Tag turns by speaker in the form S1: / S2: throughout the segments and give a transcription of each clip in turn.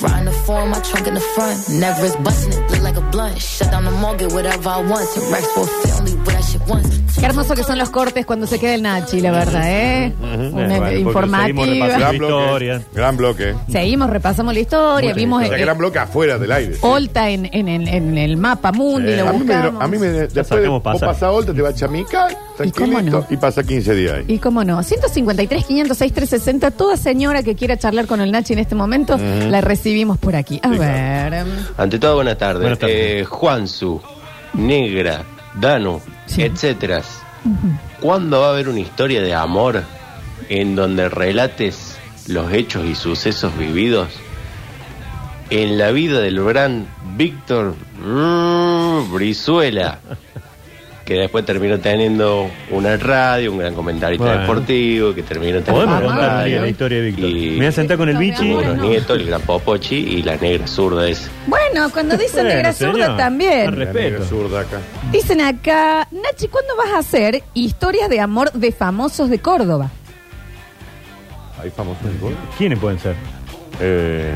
S1: in my trunk in the front. Never is busting it, look like a blunt. Shut down the mortgage, whatever I want. Some racks for a fit, only with that shit once.
S2: Qué hermoso que son los cortes cuando se queda el Nachi, la verdad, ¿eh? Una
S3: porque seguimos
S2: informativa.
S3: repasando.
S2: Seguimos,
S3: Gran historia.
S4: Gran bloque.
S2: repasamos la historia,
S3: Muy
S2: vimos
S3: rico.
S4: O sea,
S2: eh,
S4: gran bloque afuera del aire.
S2: Olta en, en, en- en el mapa mundi,
S3: Sí.
S2: lo
S4: A mí me,
S2: buscamos.
S4: a mí me después de,
S3: sacamos
S4: vos
S3: pasar.
S4: pasás Olta, te va a Chamical,
S2: cómo
S4: tranquilito,
S2: no?
S4: y, pasa 15 días ahí.
S2: Y cómo no, 153, 506, 360, toda señora que quiera charlar con el Nachi en este momento, la recibimos por aquí. A
S4: Sí,
S2: ver.
S5: Ante todo, buenas tardes.
S3: Buenas tardes.
S5: Eh, Juansu, Negra, Danu,
S2: Sí.
S5: etcétera. ¿Cuándo va a haber una historia de amor en donde relates los hechos y sucesos vividos en la vida del gran Víctor mm, Brizuela? Que después terminó teniendo una radio, un gran comentarista
S3: Bueno.
S5: deportivo, que terminó teniendo
S3: Podemos
S2: Ah,
S5: una
S3: contar
S5: radio,
S3: la historia de Víctor.
S5: y-
S3: Me voy a sentar con el
S2: Víctor,
S3: bichi.
S2: mi amor,
S5: unos
S2: no.
S5: nietos, el gran Popochi y la negra zurda esa.
S2: Bueno, cuando dicen
S3: Bueno,
S2: negra
S3: señor.
S2: zurda también.
S3: Al
S4: La
S3: Respeto.
S4: negra zurda acá.
S2: Dicen acá, Nachi, ¿cuándo vas a hacer historias de amor de famosos de Córdoba?
S4: Hay famosos en Córdoba.
S3: ¿Quiénes pueden ser?
S4: Eh,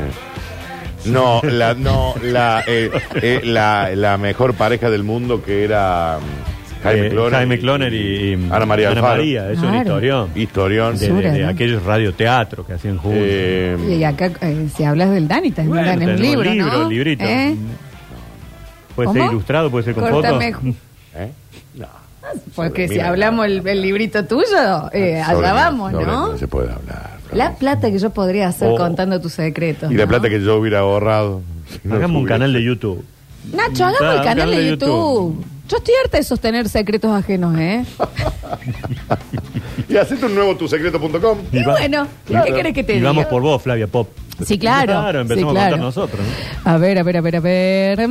S4: no, la, no, la, eh, eh, la, la mejor pareja del mundo que era mm, Jaime
S3: Eh,
S4: Cloner.
S3: Jaime Cloner y, y-
S4: Ana María
S3: Ana
S4: Alfaro.
S3: María, es
S2: Claro.
S3: un historión.
S4: Historión.
S3: De, de- de
S2: ¿no?
S3: aquellos radioteatros que hacían juntos.
S4: Eh,
S2: Y acá, eh, si hablas del Dani, también
S3: Bueno,
S2: dan en un
S3: tenemos
S2: libro,
S3: libro,
S2: ¿no?
S3: librito.
S2: ¿Eh?
S3: Puede
S2: ¿Cómo?
S3: ser ilustrado, puede ser con
S2: Córtame,
S3: fotos.
S2: ju-
S4: ¿eh? No.
S2: Porque
S4: Sobre
S2: si
S4: mí no
S2: hablamos el,
S4: habla.
S2: el librito tuyo, eh,
S4: Sobre
S2: allá
S4: mí-
S2: vamos,
S4: sobre mí
S2: ¿no?
S4: No se puede hablar.
S2: La plata que yo podría hacer
S3: Oh.
S2: contando tus secretos.
S4: Y la
S2: ¿no?
S4: plata que yo hubiera ahorrado. si no
S3: Hagamos un
S4: hubiera-
S3: canal de YouTube.
S2: Nacho, hagamos
S3: Ah,
S2: el canal de YouTube. Yo estoy harta de sostener secretos ajenos, ¿eh?
S4: Y hacete un nuevo tusecreto.com.
S2: Y,
S3: va-
S2: bueno,
S4: claro.
S2: ¿qué querés que te
S3: Y
S2: diga?
S3: vamos por vos, Flavia Pop.
S2: Sí, claro.
S3: Claro, empezamos
S2: Sí, claro.
S3: a contar nosotros. ¿no?
S2: A ver, a ver, a ver, a ver.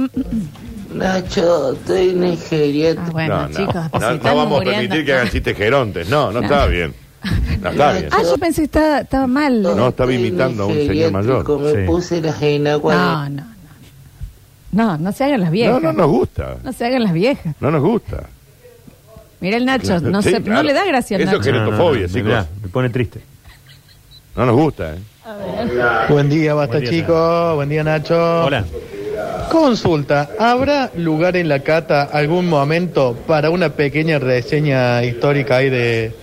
S6: Nacho, estoy en el
S2: Ah,
S6: geriátrico.
S2: bueno,
S4: no, no.
S2: chicos,
S4: no,
S2: pues si
S4: no
S2: estamos
S4: vamos a
S2: muriendo,
S4: permitir que hagan chistes gerontes. No, no, está bien. No está bien.
S2: Ah, yo pensé que estaba, estaba mal.
S4: No, estaba imitando a un señor mayor.
S6: Me
S3: Sí.
S6: puse las enaguas.
S2: No, no, no. No, no se hagan las
S4: No,
S2: viejas.
S4: no nos gusta.
S2: No se hagan las viejas.
S4: No nos gusta.
S2: Mira el Nacho,
S4: Claro,
S2: no,
S4: sí,
S2: se- no
S4: claro.
S2: le da gracia al
S4: Eso
S2: Nacho.
S4: que- Genotofobia,
S3: sí,
S4: chicos.
S3: me pone triste.
S4: No nos gusta, ¿eh?
S7: Buen día, basta
S3: Buen día,
S7: chicos. Buen día, Nacho.
S3: Hola.
S7: Consulta, ¿habrá lugar en la cata algún momento para una pequeña reseña histórica ahí de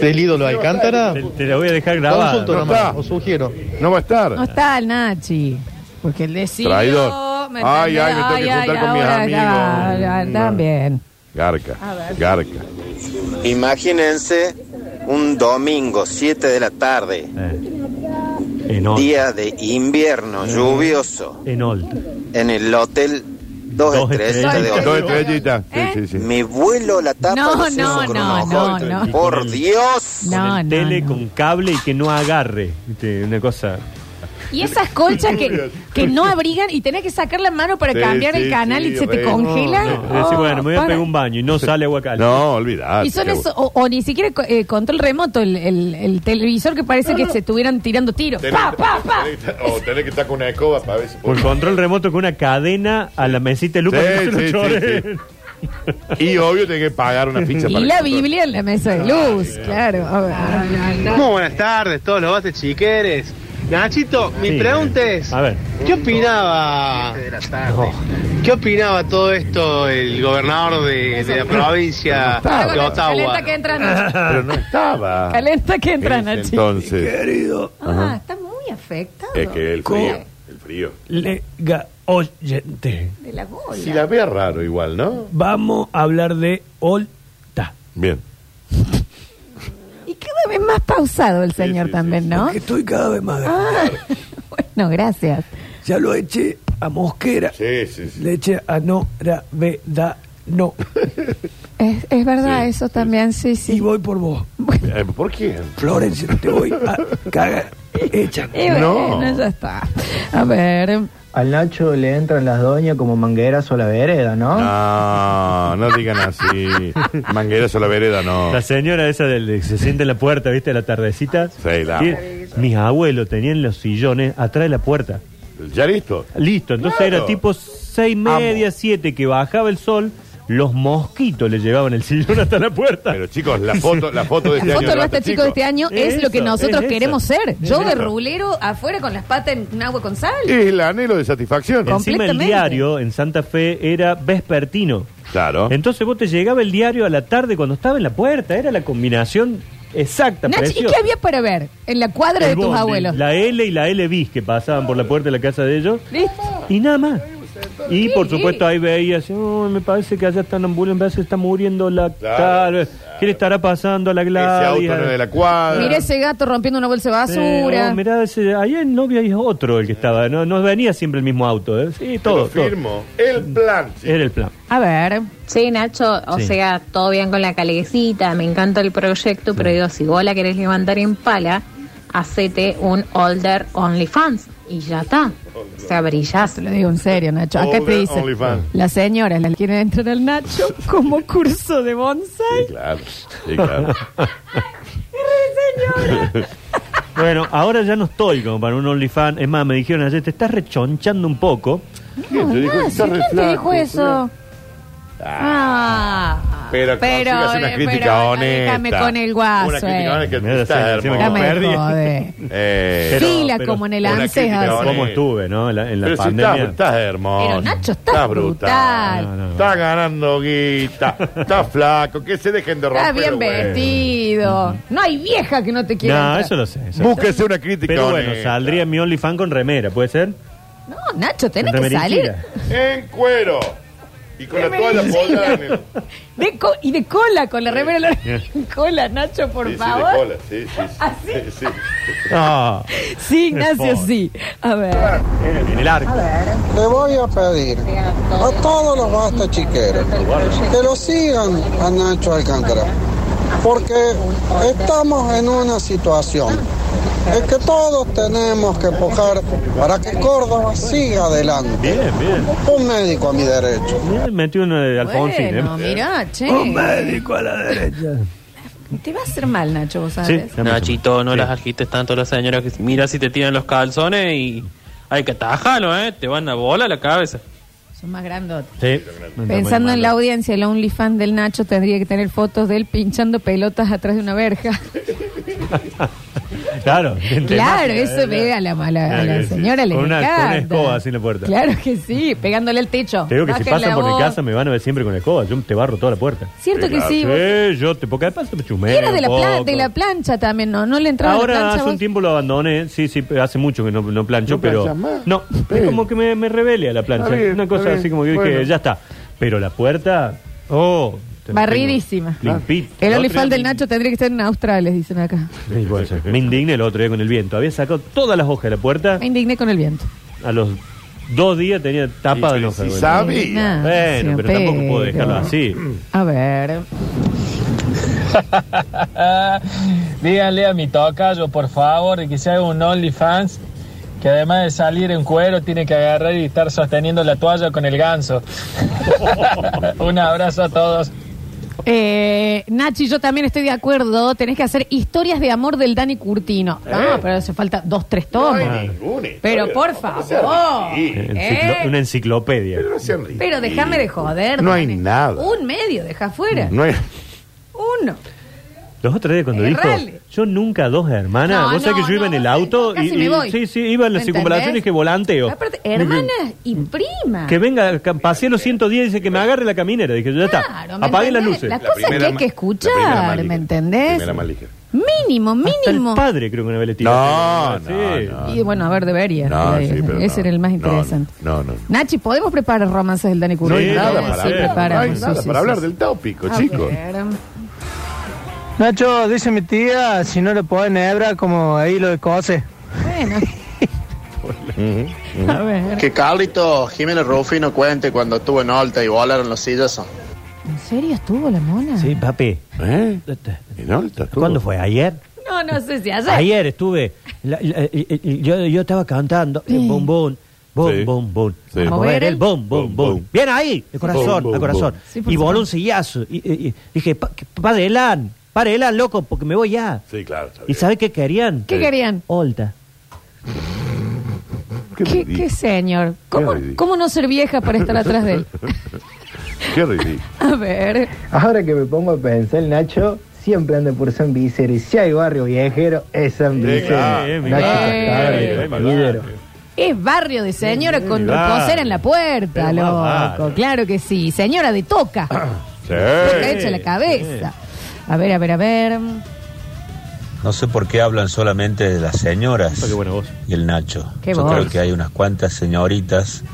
S7: del ídolo Alcántara?
S3: Te, te la voy a dejar grabada.
S7: Consulto
S4: No
S7: nomás,
S4: está.
S7: os sugiero.
S4: No va a estar.
S2: No está el Nachi. Porque él decidió...
S4: Traidor.
S2: ¿me
S4: Ay,
S2: entendés?
S4: ay, me tengo que juntar con mis
S2: ahora ya
S4: amigos.
S2: va, ya,
S4: Mm.
S2: también.
S4: Garca. Garca.
S8: Imagínense un domingo, 7 de la tarde,
S3: Eh. Enol.
S8: día de invierno lluvioso,
S3: Enol.
S8: en el hotel
S3: Dos
S8: Dos estrellas de
S3: estrellas.
S4: Dos
S8: hotel.
S4: estrellitas.
S2: ¿Eh?
S4: Sí, sí, sí.
S8: Me vuelo la tapa
S2: No,
S8: los sesos
S2: no,
S8: con
S2: no,
S8: un ojo.
S2: no, no.
S3: Con
S8: Por
S3: el-
S8: Dios.
S2: No,
S3: con el
S2: no,
S3: tele,
S2: no.
S3: con cable y que no agarre. Viste, Una cosa.
S2: Y esas colchas que, que no abrigan y tenés que sacar la mano para
S4: Sí,
S2: cambiar
S4: sí,
S2: el canal
S4: sí,
S2: y se te
S4: re.
S2: congela.
S3: No, es decir,
S2: Oh,
S3: bueno, me voy a
S2: para.
S3: pegar un baño y no sale agua caliente.
S4: No, olvidate.
S2: Y son
S4: Ah, qué
S2: eso,
S4: aburrido.
S2: o, o ni siquiera co- eh, control remoto, el, el- el televisor que parece que se estuvieran tirando tiros.
S4: Tenés-
S2: ¡Pa, pa, pa!
S4: tenés que- O tenés que estar con una escoba para ver si
S3: Por control remoto con una cadena a la mesita de luz para que no se
S4: Sí,
S3: lo
S4: sí,
S3: choreen.
S4: sí, sí. Y obvio tenés que pagar una ficha para
S2: Y
S4: que-
S2: la Biblia en la mesa de luz, claro. A ver.
S9: Muy buenas tardes, todos los bases chiqueres. Nachito, mi
S3: Sí, eh,
S9: pregunta es,
S3: A ver.
S9: ¿qué opinaba? Oh, ¿Qué opinaba todo esto el gobernador de, de la provincia
S4: Pero no estaba.
S9: de Ottawa?
S2: Calenta que entras, Nacho.
S4: Pero no estaba.
S2: Calenta que entras,
S4: Ese
S2: Nachi.
S4: Entonces. Querido.
S2: Ah, está muy afectado.
S4: Es que el frío. El frío.
S10: Lega oyente.
S2: De la gola.
S4: Si la ve raro igual, ¿no?
S10: Vamos a hablar de Olta.
S4: Bien.
S2: Y cada vez más pausado el señor
S4: sí,
S2: también,
S4: sí.
S2: ¿no?
S10: Que estoy cada vez más grande.
S2: Ah, bueno, gracias.
S10: Ya lo eché a Mosquera.
S4: Sí, sí, sí.
S10: Le eché a Nora Veda. No.
S2: Es, es verdad
S4: Sí,
S2: eso también, sí, sí.
S10: Y voy por vos.
S4: Eh, ¿Por quién?
S10: Florencia, te voy a cagar. Hecha.
S2: Y
S4: No. Este
S2: bueno, ya está. A ver,
S7: Al Nacho le entran las doñas como mangueras o la vereda,
S4: No, no digan así. Mangueras o la vereda, no.
S3: La señora esa del que se sienta en la puerta, ¿viste? A la tardecita.
S4: Sí, la
S3: Sí, Mis abuelos tenían los sillones atrás de la puerta.
S4: Ya listo.
S3: Listo, entonces
S4: Claro.
S3: era tipo seis media, siete, que bajaba el sol, los mosquitos le llevaban el sillón hasta la puerta.
S4: Pero chicos, la foto, la foto
S2: La
S4: de este año.
S2: foto
S4: del
S2: de este
S4: Rata
S2: chico de este año es,
S3: Eso,
S2: lo que nosotros
S3: es esa.
S2: queremos ser. Yo de
S3: eso.
S2: rulero afuera con las patas en un agua con sal.
S4: Es el anhelo de satisfacción.
S2: Com-
S3: Encima el
S2: completamente.
S3: diario en Santa Fe era vespertino.
S4: Claro.
S3: Entonces vos te llegaba el diario a la tarde cuando estaba en la puerta. Era la combinación exacta.
S2: Nachi, ¿y
S3: preciosa.
S2: qué había para ver en la cuadra
S3: El
S2: de tus
S3: bondi,
S2: abuelos?
S3: La L y la L bis que pasaban por la puerta de la casa de ellos.
S2: ¿Listo?
S3: Y nada más. Y
S2: Sí,
S3: por
S2: sí.
S3: supuesto ahí veías, "Uy, me parece que allá están ambulancias, se está muriendo la
S4: Claro,
S3: tal, ¿qué le estará pasando a la
S4: Ese
S3: Gladys?
S4: auto no es de la cuadra.
S2: Mirá ese gato rompiendo una bolsa de
S3: Eh,
S2: basura.
S3: oh, mirá, ese- ahí en Novia hay otro el que estaba, no, no venía siempre el mismo auto, ¿eh? Sí,
S4: Te lo
S3: todo, Eh. todo.
S4: firmo. El plan. chicos.
S3: Era el plan.
S2: A ver.
S11: Sí, Nacho, o
S3: Sí.
S11: sea, todo bien con la calecita, me encanta el proyecto, pero digo, si vos la querés levantar en pala, hacete un older OnlyFans y ya está. O sea, brillás.
S2: Te lo digo en serio, Nacho. Acá te
S4: Older
S2: dice.
S4: OnlyFans.
S2: Las señoras las quieren entrar al Nacho como curso de bonsai.
S4: Sí, claro. Sí, claro.
S3: Bueno, ahora ya no estoy como para un OnlyFans, es más, me dijeron ayer, te estás rechonchando un poco.
S4: ¿Quién te dijo?
S2: Ah,
S4: Está
S2: ¿sí?
S4: re
S2: ¿Quién te dijo
S4: flaco,
S2: eso? Ah,
S4: Pero, consigas una
S2: eh,
S4: crítica
S2: pero,
S4: honesta.
S2: Déjame con el
S4: Una
S2: guaso.
S4: crítica
S2: eh.
S4: honesta que
S3: Mira,
S4: está
S3: sí,
S4: hermoso.
S3: encima
S2: Dame
S3: Perdí.
S2: de joder.
S4: Eh,
S3: Pero-
S2: Fila
S3: pero-
S2: como en el
S4: Una
S2: ANSES.
S4: crítica
S2: hace.
S4: honesta.
S3: ¿Cómo estuve, no? En la, en la
S4: pero si
S3: pandemia.
S4: estás, estás hermoso.
S2: Pero Nacho, estás brutal.
S3: No, no, no.
S4: Estás ganando guita. Estás flaco. Que se dejen de romper.
S2: Está bien
S4: los huevos.
S2: vestido. No hay vieja que no te quiera.
S3: No,
S2: entrar.
S3: eso lo sé. eso lo sé.
S4: Búsquese una crítica
S3: Pero bueno,
S4: honesta.
S3: saldría mi OnlyFans con remera, ¿puede ser?
S2: No, Nacho, tenés
S3: Con
S2: que salir.
S3: remerichira.
S4: En cuero. Y con la toalla
S2: Remerichira.
S4: pegada en el...
S2: De co- y de cola, con la remera en cola, Nacho, por
S4: Sí, sí, de
S2: favor.
S4: cola. Sí, sí, sí.
S2: ¿Así?
S4: Sí, sí.
S3: Ah,
S2: Sí, Ignacio,
S3: Por-
S2: sí. A ver.
S3: en el arco.
S8: Le voy a pedir a todos los basta chiqueros que lo sigan a Nacho Alcántara, porque estamos en una situación en que todos tenemos que empujar para que Córdoba siga adelante.
S3: Bien, bien.
S8: Un médico a mi derecho.
S3: Bien, Metí uno de Alfonsín,
S2: Bueno,
S3: ¿eh?
S2: mirá, che.
S10: Un médico a la derecha.
S2: Te va a hacer mal, Nacho, vos
S3: Sí,
S2: sabes.
S3: ya me
S12: Nachito, no
S3: Sí.
S12: las agites tanto a las señoras que mira si te tiran los calzones y hay que atajalo, ¿eh? Te van a bola la cabeza.
S2: Son más grandotes.
S3: Sí.
S2: Pensando en la audiencia, el OnlyFans del Nacho tendría que tener fotos de él pinchando pelotas atrás de una verja.
S3: Claro. gente
S2: Claro,
S3: más, eh,
S2: eso ve a la, a la- a
S3: Claro
S2: la
S3: que sí.
S2: señora, le
S3: Con una-
S2: encanta.
S3: con una escoba así en la puerta.
S2: Claro que sí, pegándole al techo.
S3: Te digo que si
S2: Bajen
S3: pasan
S2: la
S3: por mi
S2: voz.
S3: casa me van a ver siempre con escoba. Yo te barro toda la puerta.
S2: Cierto que sí. vos-
S3: Sí, yo te... Porque además me
S2: Y
S3: chumé
S2: Era de la, pla-
S3: plata
S2: de la plancha también, ¿no? No le entraba la
S3: Ahora
S2: plancha.
S3: hace un
S2: vos.
S3: tiempo lo abandoné, sí, sí, hace mucho que no, no plancho,
S4: ¿No
S3: pero...
S4: planchas más?
S3: No, es como que me, me revele a la plancha.
S4: Está bien,
S3: Una cosa
S4: está bien.
S3: así como que dije,
S4: Bueno.
S3: ya está. Pero la puerta, oh... te-
S2: Barridísima.
S3: tengo limpito.
S2: El
S3: La
S2: OnlyFans
S3: otra-
S2: del Nacho tendría que estar en Australia, dicen acá.
S3: Sí, puede ser. Me indigné el otro día con el viento. Había sacado todas las hojas de la puerta.
S2: Me indigné con el viento.
S3: A los dos días tenía tapa de
S4: Y-
S3: hojas.
S4: y
S3: bueno.
S4: sabe- Sí.
S2: Ignacio,
S3: Bueno, pero tampoco puedo dejarlo así.
S2: Ah, A ver.
S12: Díganle a mi tocayo, por favor, que se haga un OnlyFans, que además de salir en cuero, tiene que agarrar y estar sosteniendo la toalla con el ganso. un abrazo a todos.
S2: Eh, Nachi, yo también estoy de acuerdo. Tenés que hacer historias de amor del Dani Curtino. No, pero hace falta dos, tres tomos.
S4: Eh. No hay ninguna historia.
S2: Oh, Pero por
S4: No sean
S2: favor.
S4: ridículos.
S2: ¿Eh?
S3: Enciclo- Una enciclopedia.
S4: No sean ridículos.
S2: Pero déjame de joder.
S4: No hay
S2: Dani.
S4: nada.
S2: Un medio, deja fuera.
S4: No es...
S2: Uno.
S3: Los otros días cuando dijo,
S2: Errale.
S3: yo nunca a dos hermanas,
S2: Eh, No,
S3: vos sabés
S2: no,
S3: que yo iba
S2: no,
S3: en el
S2: no,
S3: auto
S2: casi
S3: y,
S2: me
S3: y-
S2: voy.
S3: sí, sí, iba en la
S2: ¿Entendés?
S3: circunvalación y dije volanteo.
S2: Aparte, hermanas y primas.
S3: Que venga, ca- pasé los 110 y dice que me agarre la caminera. Dije, ya está.
S2: Claro, ¿me
S3: Apague las
S2: entendés?
S3: luces.
S2: Las cosas que
S4: primera
S2: hay
S4: ma-
S2: que
S4: la primera más
S2: escuchar, ¿me
S4: ligera. La
S2: entendés?
S4: primera más ligera.
S2: Mínimo,
S3: Hasta el
S2: mínimo.
S3: padre creo que una vez le tiró.
S4: No,
S3: Sí.
S4: no, no.
S2: Y bueno, a ver, debería.
S4: No,
S2: Eh,
S4: sí, pero
S2: Ese
S4: no.
S2: era el más
S4: No,
S2: interesante.
S4: No, no. no.
S2: Nachi, ¿podemos preparar romances del Dani
S4: No
S2: Curtino?
S4: hay
S3: Sí,
S4: nada
S3: sí,
S4: para,
S3: sí,
S4: hablar, no hay
S2: preparamos,
S4: nada
S2: sí,
S4: para
S2: sí,
S4: hablar
S2: sí.
S4: del tópico,
S2: A
S4: chicos.
S2: ver.
S12: Nacho, dice mi tía, si no le ponen hebra, como ahí lo de cose.
S2: Bueno, a ver.
S9: Que Carlito Jiménez Rufino cuente cuando estuvo en Olta y volaron los sillas.
S2: ¿En serio estuvo la mona?
S3: Sí, papi.
S4: ¿Eh? ¿En Alta? tú?
S3: ¿Cuándo fue? ¿Ayer?
S2: No, no sé si ayer.
S3: Ayer estuve, la- la- eh, eh, yo, yo estaba cantando, eh, bom, bom, bom,
S4: Sí.
S3: bom, bom.
S4: Sí.
S3: A mover el bom, bom, bom. Bien ahí, de corazón,
S4: Bom, bom,
S3: de corazón.
S4: bom.
S2: Sí, por
S3: y voló
S2: supuesto.
S3: un sillazo. Y, y- y dije, pa, que- pa adelán, para adelán, loco, porque me voy ya.
S4: Sí, claro. está
S3: ¿Y
S4: bien.
S3: sabe qué querían?
S2: ¿Qué querían?
S3: Olta.
S2: ¿Qué,
S4: ridículo.
S2: qué señor? ¿Cómo,
S4: ridículo.
S2: ¿Cómo no ser vieja para estar atrás de él?
S4: Qué Qué ridículo.
S2: A ver.
S13: Ahora que me pongo a pensar, Nacho siempre anda por San Vicente. Y si hay barrio viajero, es San Vicente.
S3: claro, es mi
S13: Nacho
S3: barrio,
S13: Cascabel,
S3: es mi
S13: Videro.
S2: Es barrio de señora con
S13: va.
S2: reposera en la puerta,
S13: Pero
S3: más
S2: loco. Claro que sí. Señora de toca.
S4: Eh, Sí.
S2: Toca hecha la cabeza. A ver, a ver, a ver.
S14: No sé por qué hablan solamente de las señoras y el Nacho.
S2: Qué
S14: Yo
S2: voz.
S14: creo que hay unas cuantas señoritas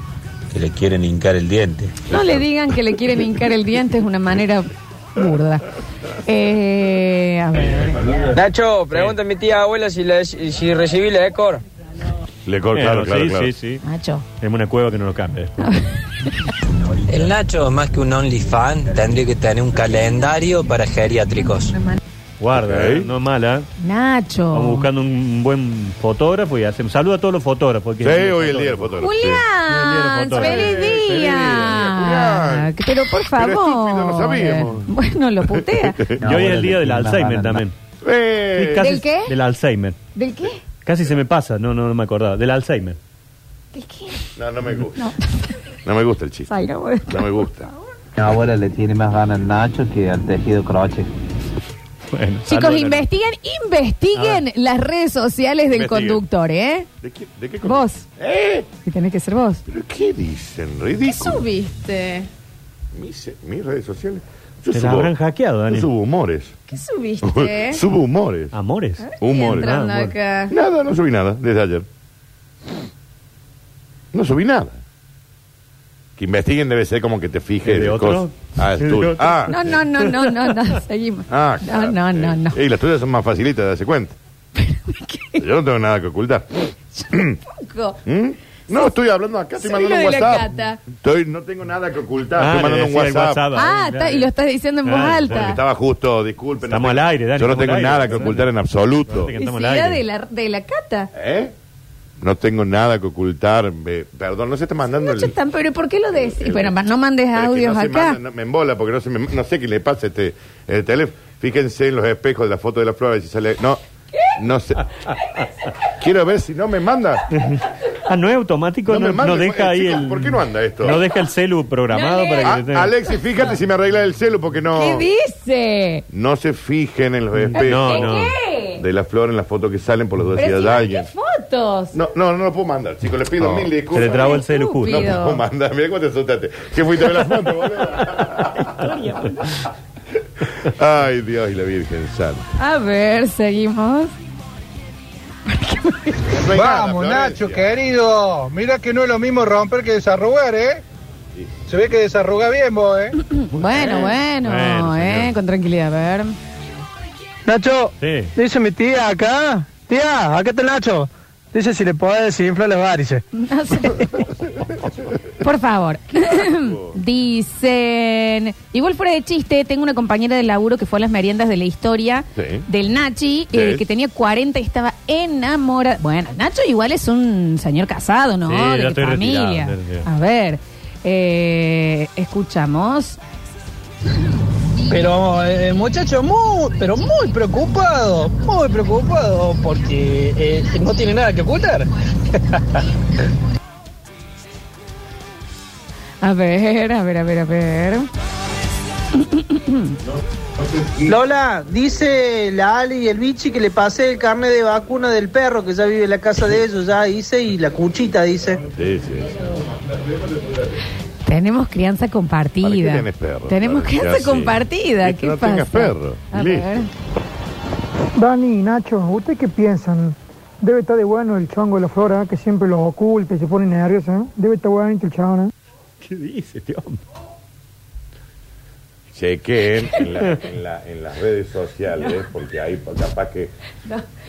S14: que le quieren hincar el diente.
S2: No le digan que le quieren hincar el diente, es una manera burda. Eh, a ver.
S15: Nacho, pregunta a mi tía abuela si, la- si recibí la ECOR.
S4: Le cor, claro, claro,
S3: sí,
S4: claro.
S3: sí, sí.
S2: Nacho.
S3: Es una cueva que no lo cambia.
S16: El Nacho, más que un OnlyFan, tendría que tener un calendario para geriátricos.
S3: Guarda,
S4: Ok.
S3: ¿eh? no es mala.
S13: Oh.
S3: Vamos
S2: Nacho.
S3: buscando un buen fotógrafo y hacemos. Saludo a todos los fotógrafos.
S4: Sí, hoy el día del fotógrafo.
S2: Julián,
S3: Sí,
S2: feliz
S3: feliz
S2: día. Pero por favor.
S4: estúpido, lo sabíamos.
S2: Bueno, lo putea.
S3: y hoy es el día del Alzheimer también.
S4: Eh,
S3: Sí, casi-
S2: ¿Del qué?
S3: Del Alzheimer.
S2: ¿Del qué?
S3: Casi se me pasa, no, no, no me acordaba. Del Alzheimer.
S4: No, no me gusta. No. me gusta el chiste.
S2: Salga, bueno.
S4: No me gusta.
S16: Ahora le tiene más ganas Nacho que al tejido croche.
S3: Bueno,
S2: Chicos,
S3: saludos.
S2: investiguen, investiguen las redes sociales del
S4: Investiguen.
S2: conductor, ¿eh?
S4: ¿De qué, de qué
S2: Vos.
S4: ¿Eh?
S2: Que tenés que ser vos.
S4: ¿Pero qué dicen?
S2: ¿Qué
S4: Ridículo.
S2: subiste?
S4: Mis, mis redes sociales. Yo
S3: Te la habrán hackeado,
S4: yo
S3: Dani.
S4: subo humores.
S2: ¿Qué subiste?
S4: subo humores.
S3: Amores.
S4: Humores.
S2: Entrando
S4: Ah, humores.
S2: acá.
S4: Nada, no subí nada desde ayer. No subí nada. Que investiguen debe ser como que te fijes
S3: ¿Es de
S4: en
S3: otro?
S4: cosas. Ah, es
S3: ¿Es de
S4: tuyo.
S3: otro?
S4: Ah,
S2: No, no, no, no, no, no, seguimos.
S4: ah,
S2: No, no, no, no.
S4: Y las tuyas son más facilitas, darse cuenta. Yo no tengo nada que ocultar.
S2: Poco.
S4: ¿Mm? No, estoy hablando acá, estoy
S2: Soy
S4: mandando
S2: lo
S4: un
S2: de la
S4: WhatsApp.
S2: cata.
S4: Estoy, no tengo nada que ocultar,
S3: Ah,
S4: estoy mandando
S3: le
S4: un
S3: decía el
S4: WhatsApp.
S3: WhatsApp.
S2: Ah, está, y lo estás diciendo en voz
S3: Claro,
S4: Porque
S2: alta.
S4: estaba justo, disculpen. no
S3: Estamos
S4: tengo-
S3: al aire, Dani,
S4: Yo no
S3: estamos
S4: tengo
S3: al aire,
S4: nada que
S3: Dani.
S4: ocultar en absoluto.
S3: que estamos al
S2: Necesidad
S3: aire.
S2: de la, de la cata.
S4: ¿Eh? No tengo nada que ocultar. me- perdón, no se está mandando
S2: Nacho,
S4: el...
S2: tan, pero ¿por qué lo decís? Bueno, no mandes
S4: Pero es que
S2: audios
S4: no se
S2: acá.
S4: manda, no- me embola porque no, se me- no sé qué le pasa a este el teléfono. Fíjense en los espejos de la foto de la flor, a ver si sale... No, no sé. Quiero ver si no me manda.
S3: Ah, no es automático,
S4: No
S3: no,
S4: me
S3: no
S4: mandes,
S3: deja
S4: eh,
S3: ahí
S4: chicos,
S3: el.
S4: ¿por qué no anda esto?
S3: No deja el celu programado
S2: No
S3: para que te
S4: Ah, Alexis, fíjate si me arregla el celu porque no...
S2: ¿Qué dice?
S4: No se fijen en los espejos
S3: No, no.
S2: ¿Qué?
S4: de la flor en las fotos que salen por los
S2: Pero
S4: dos
S2: si
S4: de
S2: no,
S4: alguien.
S2: ¿qué fotos?
S4: No, no, no lo puedo mandar, chicos. Les pido
S3: No,
S4: mil disculpas.
S3: se le trabó el celu justo.
S4: No
S2: Estúpido.
S4: puedo mandar. Mira cómo te asustaste. ¿Qué fuiste a ver la foto, boludo? Ay, Dios y la Virgen Santa.
S2: A ver, seguimos.
S4: No hay nada,
S7: Vamos,
S4: Florencia.
S7: Nacho, querido. Mira que no es lo mismo romper que desarrugar, ¿eh? Se ve que desarruga bien vos, ¿eh?
S2: Bueno, bueno,
S3: Bueno,
S2: eh,
S3: señor.
S2: con tranquilidad, a ver.
S12: Nacho,
S3: Sí.
S12: dice mi tía acá. Tía, acá está el Nacho. Dice si le podés desinflar las varices.
S2: No sé. Por favor. Dicen. Igual fuera de chiste, tengo una compañera de laburo que fue a las meriendas de la historia
S4: Sí.
S2: del Nachi,
S4: Sí.
S2: eh, que tenía 40 y estaba enamorada. Bueno, Nacho igual es un señor casado, ¿no?
S3: Sí,
S2: de
S3: ya estoy
S2: familia.
S3: retirado, estoy retirado.
S2: A ver. eh, escuchamos.
S12: Pero eh, el muchacho muy, pero muy preocupado, muy preocupado porque eh, no tiene nada que ocultar.
S2: A ver, a ver, a ver, a ver.
S15: Lola, dice la Ali y el Bichi que le pasé el carnet de vacuna del perro que ya vive en la casa de ellos, ya dice, y la cuchita dice.
S4: Sí, sí, sí.
S2: Tenemos crianza compartida.
S4: ¿Para qué tenés perro?
S2: Tenemos
S4: Para que
S2: crianza
S4: así.
S2: compartida.
S4: Que
S2: ¿Qué
S4: no
S2: pasa?
S4: tengas perro.
S2: A
S4: Listo.
S2: ver.
S10: Dani, Nacho, ¿usted qué piensan? Debe estar de bueno el chango de la flora, que siempre los oculta y se pone nervioso, ¿eh? Debe estar bueno el chabón, ¿eh?
S3: ¿Qué dice este hombre?
S4: Chequen en, la- en la- en las redes sociales porque ahí pues, capaz que.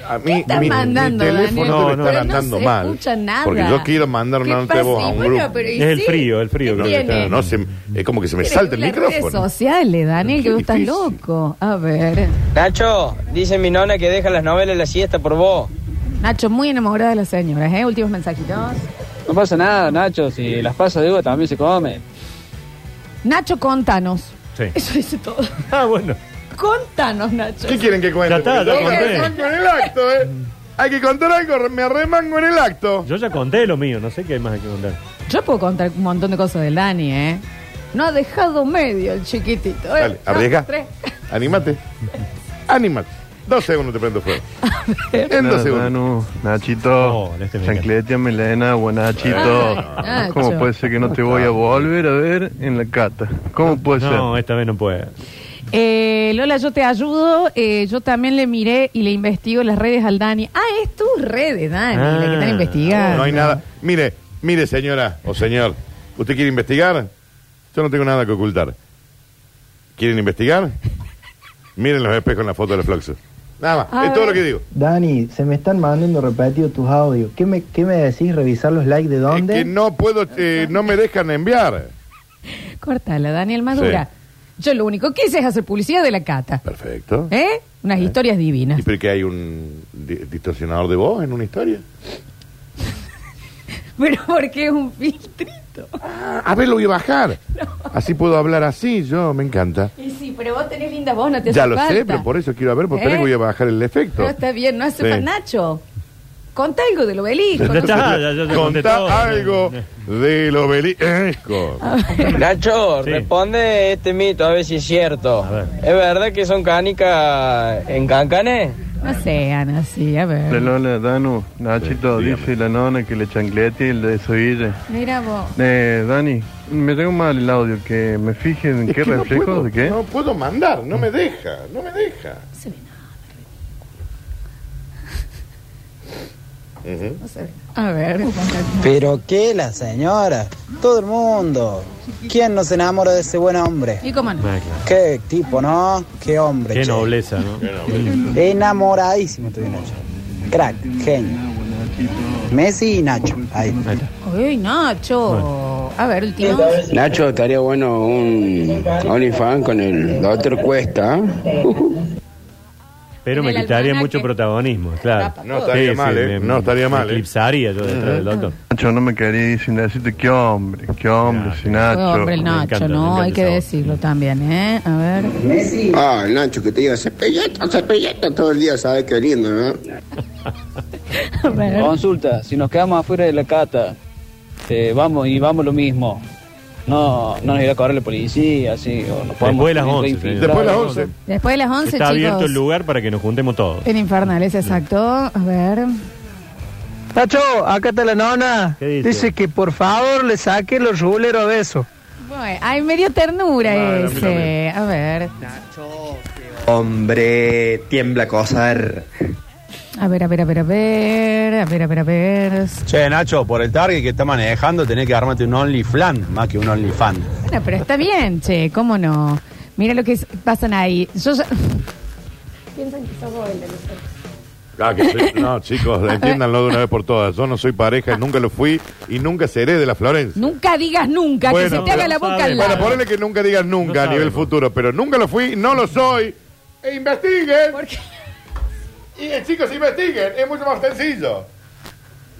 S4: A
S2: ¿Qué estás mandando,
S4: mi teléfono
S3: Daniel?
S4: no,
S3: Pero
S4: está
S2: no
S4: andando
S2: se
S4: mal.
S2: escucha nada.
S4: Porque yo quiero mandar
S2: ¿Qué
S4: una nota
S2: pasa?
S4: de voz a
S2: Y
S4: un
S2: bueno,
S4: grupo.
S2: pero ¿y
S3: Es el
S2: sí?
S3: frío, el frío.
S2: ¿Qué
S3: creo
S4: No,
S3: que está.
S2: tiene?
S4: no se- es como que se me salta el
S2: Las redes
S4: micrófono.
S2: sociales, Daniel, que
S4: Qué
S2: vos estás
S4: difícil.
S2: loco. A ver.
S15: Nacho, dice mi nona que deja las novelas en la siesta por vos.
S2: Nacho, muy enamorada de las señoras, ¿eh? Últimos mensajitos.
S15: No pasa nada, Nacho, si las pasas de uva también se come.
S2: Nacho, contanos.
S3: Sí.
S2: Eso dice todo.
S3: Ah, bueno.
S2: Contanos, Nacho.
S4: ¿Qué quieren que cuente?
S3: Ya está, ya
S4: Porque yo me
S3: conté.
S4: arremango en el acto, ¿eh? Hay que contar algo, me arremango en el acto.
S3: Yo ya conté lo mío, no sé qué hay más que contar.
S2: Yo puedo contar un montón de cosas del Dani, ¿eh? No ha dejado medio el chiquitito. Eh,
S4: Dale,
S2: no,
S4: arriesga.
S2: tres.
S4: Anímate. Anímate. Dos segundos te prendo fuego. En dos
S17: Buenas,
S4: segundos.
S17: Manu, Nachito, Chancletia, Melena, buen Nachito.
S15: Ah,
S4: Ay,
S17: ¿Cómo
S4: Nacho.
S17: puede ser que no te voy a volver a ver en la cata? ¿Cómo puede ser?
S3: No, esta vez no puede. Ah,
S2: Eh, Lola, yo te ayudo. Eh, yo también le miré y le investigo las redes al Dani. Ah, es tus redes, Dani, la que están investigando.
S4: Ah. No hay nada. Mire, mire, señora o señor. ¿Usted quiere investigar? Yo no tengo nada que ocultar. ¿Quieren investigar? Miren los espejos en la foto de los Floxos. Nada más.
S13: A
S4: es todo
S13: ver.
S4: lo que digo.
S13: Dani, se me están mandando repetido tus audios. ¿Qué me, qué me decís? ¿Revisar los likes de dónde?
S4: Que no puedo, eh, no me dejan enviar.
S2: Cortala, Daniel Madura. Yo lo único que hice es hacer publicidad de la cata.
S4: Perfecto.
S2: ¿Eh? Unas historias divinas.
S4: ¿Y por qué hay un di- distorsionador de voz en una historia?
S2: Pero porque es un filtro.
S4: Ah, A ver, lo voy a bajar. Así puedo hablar así, yo me encanta.
S2: Y sí, pero vos tenés linda voz, no te
S4: Ya
S2: hace
S4: lo
S2: falta.
S4: sé, pero por eso quiero a ver, porque
S2: ¿Eh?
S4: tal vez voy a bajar el efecto.
S2: Pero está bien, no hace
S4: Sí.
S2: falta Nacho. Conta algo del obelisco. no sé.
S4: Contá algo del eh, obelisco.
S18: Nacho, responde este mito, a ver si es cierto. ¿Es verdad que son canicas en cancanes?
S2: No sean así, a
S17: De
S2: ver.
S17: Lola, Danu, Nachito, dice la nona que le chanclete y le desoille.
S2: Mira vos.
S17: Eh, Dani, me tengo mal el audio, que me fije en qué
S4: que no
S17: reflejos,
S4: puedo,
S17: de qué.
S4: No puedo mandar, no me deja, no me deja.
S2: Se ve No se ve. A ver.
S19: Pero qué la señora, todo el mundo. ¿Quién no se enamora de ese buen hombre?
S2: ¿Y cómo no?
S19: Qué tipo, ¿no? Qué hombre.
S3: Qué
S19: che.
S3: nobleza, ¿no?
S19: Enamoradísimo estoy de Nacho. Crack, genio. Messi y Nacho. Ahí.
S2: Uy, Nacho. A ver, último.
S20: Nacho, estaría bueno un OnlyFans con el doctor Cuesta.
S3: Pero me
S2: En el
S3: quitaría
S2: almanaque.
S3: mucho protagonismo, claro.
S4: No estaría mal, ¿eh? No estaría mal, ¿eh?
S3: Eclipsaría yo detrás del doctor.
S17: Nacho, no me quería sin decirte qué hombre, qué hombre, sin Nacho.
S2: Fue hombre el Nacho, ¿no? Hay que decirlo también, ¿eh? A ver.
S20: Ah, el Nacho que te diga cepilleta, cepilleta todo el día, sabes qué lindo, ¿no?
S21: Consulta, si nos quedamos afuera de la cata, eh, vamos y vamos lo mismo. No, no nos irá a cobrar la policía, así, o nos podemos
S3: Después de las
S21: tener
S3: 11.
S21: infiltrados.
S3: señor.
S2: Después de las 11,
S3: Está abierto
S2: chicos.
S3: el lugar para que nos juntemos todos.
S2: En Infernales, exacto. A ver.
S22: Nacho, acá está la nona.
S3: dice?
S22: Dice? que por favor le saque los ruleros a beso.
S2: Bueno, ay, medio ternura ese. A ver.
S23: Hombre, tiembla cosar.
S2: A ver, a ver, a ver, a ver. A ver, a ver, a ver.
S14: Che, Nacho, por el target que está manejando tenés que armarte un OnlyFan más que un OnlyFan.
S2: Bueno, pero está bien, che, ¿cómo no? Mira lo que es- pasan ahí. Yo ya-
S24: Piensan que sos vos el de los
S4: Ah, que soy- no, chicos, entiéndanlo de una vez por todas. Yo no soy pareja, nunca lo fui y nunca seré de la Florencia.
S2: nunca digas nunca, que se te haga la boca al
S4: Bueno,
S2: lado.
S4: ponele que nunca digas nunca a nivel futuro, pero nunca lo fui, no lo soy. E investiguen. Y eh, chicos, investiguen, es mucho más sencillo.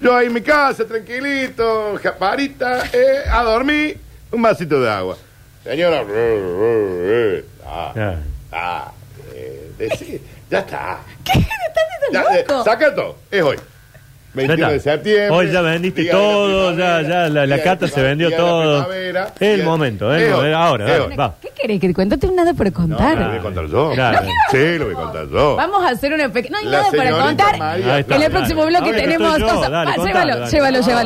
S4: Yo ahí en mi casa, tranquilito, japarita, eh, a dormir, un vasito de agua. Señora, eh, ah, ah, eh, decí- ya está. Ya, eh, saca todo, es hoy. 21 de
S3: está.
S4: septiembre.
S3: Hoy ya vendiste
S4: día de la
S3: todo, ya, ya, la, la
S4: día de
S3: cata
S4: la
S3: se vendió
S4: día de la
S3: todo.
S4: primavera,
S3: El momento,
S4: es
S3: ¿eh?
S4: hoy,
S3: Ahora,
S4: es
S3: dale,
S4: hoy.
S3: va.
S2: ¿Qué querés que te cuente? No tengo nada para contar.
S4: Lo voy a contar yo.
S3: Claro.
S4: Sí, lo voy a contar yo.
S2: Vamos a hacer una pequeña. No hay
S4: La
S2: nada para
S4: señorita
S2: contar.
S4: María. Ahí está,
S2: en el
S4: dale.
S2: próximo bloque
S4: Ahora que
S2: tenemos
S4: estoy yo,
S2: cosas.
S4: dale,
S2: Va,
S4: contalo,
S2: llévalo,
S4: dale.
S2: llévalo, llévalo.